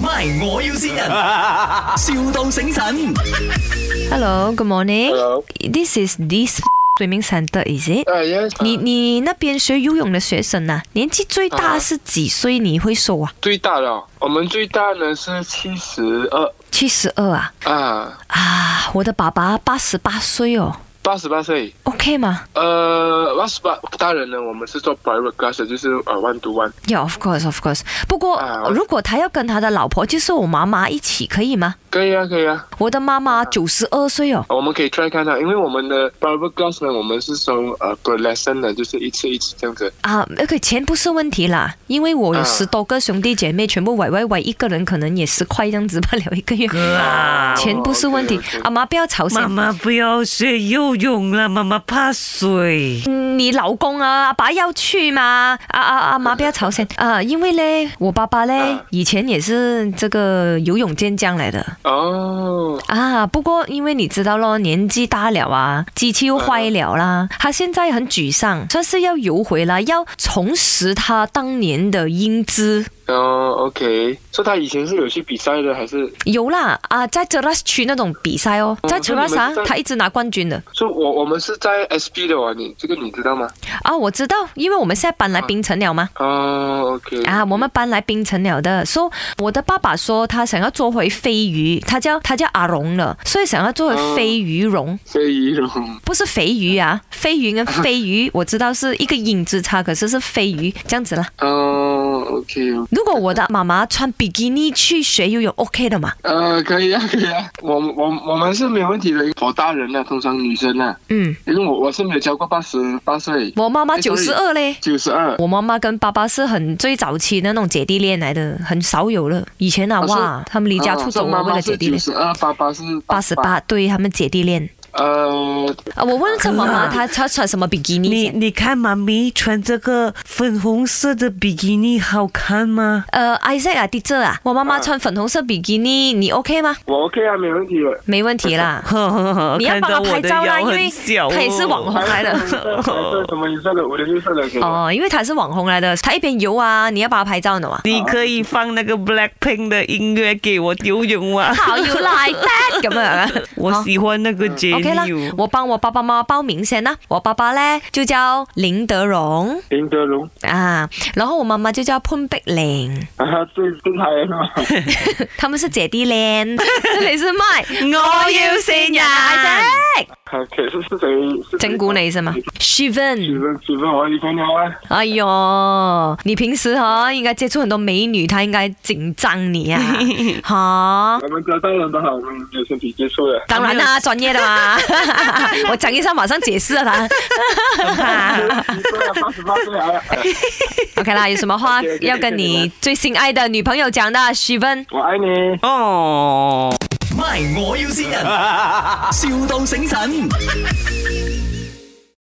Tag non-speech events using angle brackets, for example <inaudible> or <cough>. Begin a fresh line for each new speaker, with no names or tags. My，我要先人，, <laughs> 笑到醒神。
Hello, good morning.
Hello.
This is this swimming center, is it?
呃，因为
你你那边学游泳的学生啊，年纪最大
啊
是几岁？你会收啊？
最大的哦，我们最大呢是七十二
七十二啊
啊，
啊！我的爸爸八十八岁哦
八十八岁。
，OK 吗
呃，八十八大人呢，我们是做 private class，的就是呃 one to one。
？Yeah, of course, of course. 不过
啊我
如果他要跟他的老婆，就是我妈妈一起，可以吗？
可以啊，可以啊，
我的妈妈九十二岁哦。
我们可以 try 看看，因为我们的 private class 呢，我们是收呃 per lesson 的，就是一次一次这样子。
啊，那个钱不是问题啦，因为我有
啊
十多个兄弟姐妹，全部委委委，一个人可能也十块这样子吧，了一个月。
哥啊，
钱不是问题
OK，OK，
阿妈不要吵
妈
先。
妈不要学游泳了，妈妈怕水。
嗯你老公啊，阿爸要去吗？啊啊啊！妈不要吵先啊，因为嘞，我爸爸嘞
啊
以前也是这个游泳健将来的
哦，
啊，不过因为你知道咯，年纪大了啊，机器又坏了啦，他现在很沮丧，算是要游回来，要重拾他当年的英姿。
然后哦 OK，说他以前是有去比赛的，还是
有啦啊，在 j a r a s 区那种比赛哦，
哦
在 j a r a s 啊
那你们是在
他一直拿冠军的
说我我们是在 SP 的哦，你这个你知道吗？
啊，我知道，因为我们现在搬来槟城了嘛。
哦，OK，
啊，我们搬来槟城了的，所、以我的爸爸说他想要做回飞鱼，他叫他叫阿荣了，所以想要做
嗯
回飞鱼荣，
飞鱼龙，
不是肥鱼
<laughs>
啊，飞鱼跟飞鱼我知道是一个音之差，可是是飞鱼这样子啦。
哦，OK，
如果我的妈妈穿比基尼去学游泳，OK 的嘛？
呃，可以啊， <laughs> 可以啊，我我我们是没问题的，我大人啊，通常女生啊，
嗯，
因为我我是没有超过八十八岁，
我妈妈
哎
九
所以
十二嘞。
九十二，
我妈妈跟爸爸是很最早期的那种姐弟恋来的，很少有了。以前啊，
啊是
哇，他们离家出走
啊
啊，
妈
为
妈
了
是
姐弟
九
恋。
十二，爸爸是
八十，八，对他们姐弟恋
呃，
啊！我问这妈
<laughs>
妈，她她穿什么比基
你
尼？
你看妈咪穿这个粉红色的比基尼好看吗？。
呃，Isaac 啊，Teacher 啊，我妈妈穿粉红色比基尼，你 OK 吗？
我 OK 啊，没问题的。
没问题啦
呵呵呵，
你要
看
帮
到
她
我
拍
的
照啦，
腰
因为
很小哦
她也是网红来
<laughs> 白色
的。
什么颜色的？五颜六色的可以吗。
哦，因为她是网红来的，她一边游啊，你要帮她拍照呢嘛。
你可以放那个 Blackpink 的音乐给我游泳吗？
好，you like that 咁样。
我喜欢那个 j e
OK 啦
n n，
我帮我爸爸妈妈报名先啦。我爸爸呢就叫林德荣。
林德龙
啊，然后我妈妈就叫潘碧玲， <laughs>
啊，最最嗨了。 <laughs>
他们是姐弟 <laughs> 恋，你是麦，
我要先人
可是是谁？是谁
啊整蛊你是吗
几
？Shivan，
分几分？我一分钟啊。
哎呦，你平时哈、应该接触很多美女，她应该紧张你 <laughs> 啊，哈、
我们家大人都好，我们有身体接触
<laughs>
的。
当然啦，专业的嘛，我讲一下马上解释了啦。
你说了八十八岁啊！
OK 啦，有什么话
OK，OK，
要跟你最心爱的女朋友讲的，Shivan？
我爱你。
哦。
<laughs>
My，我要先人，,笑到醒神。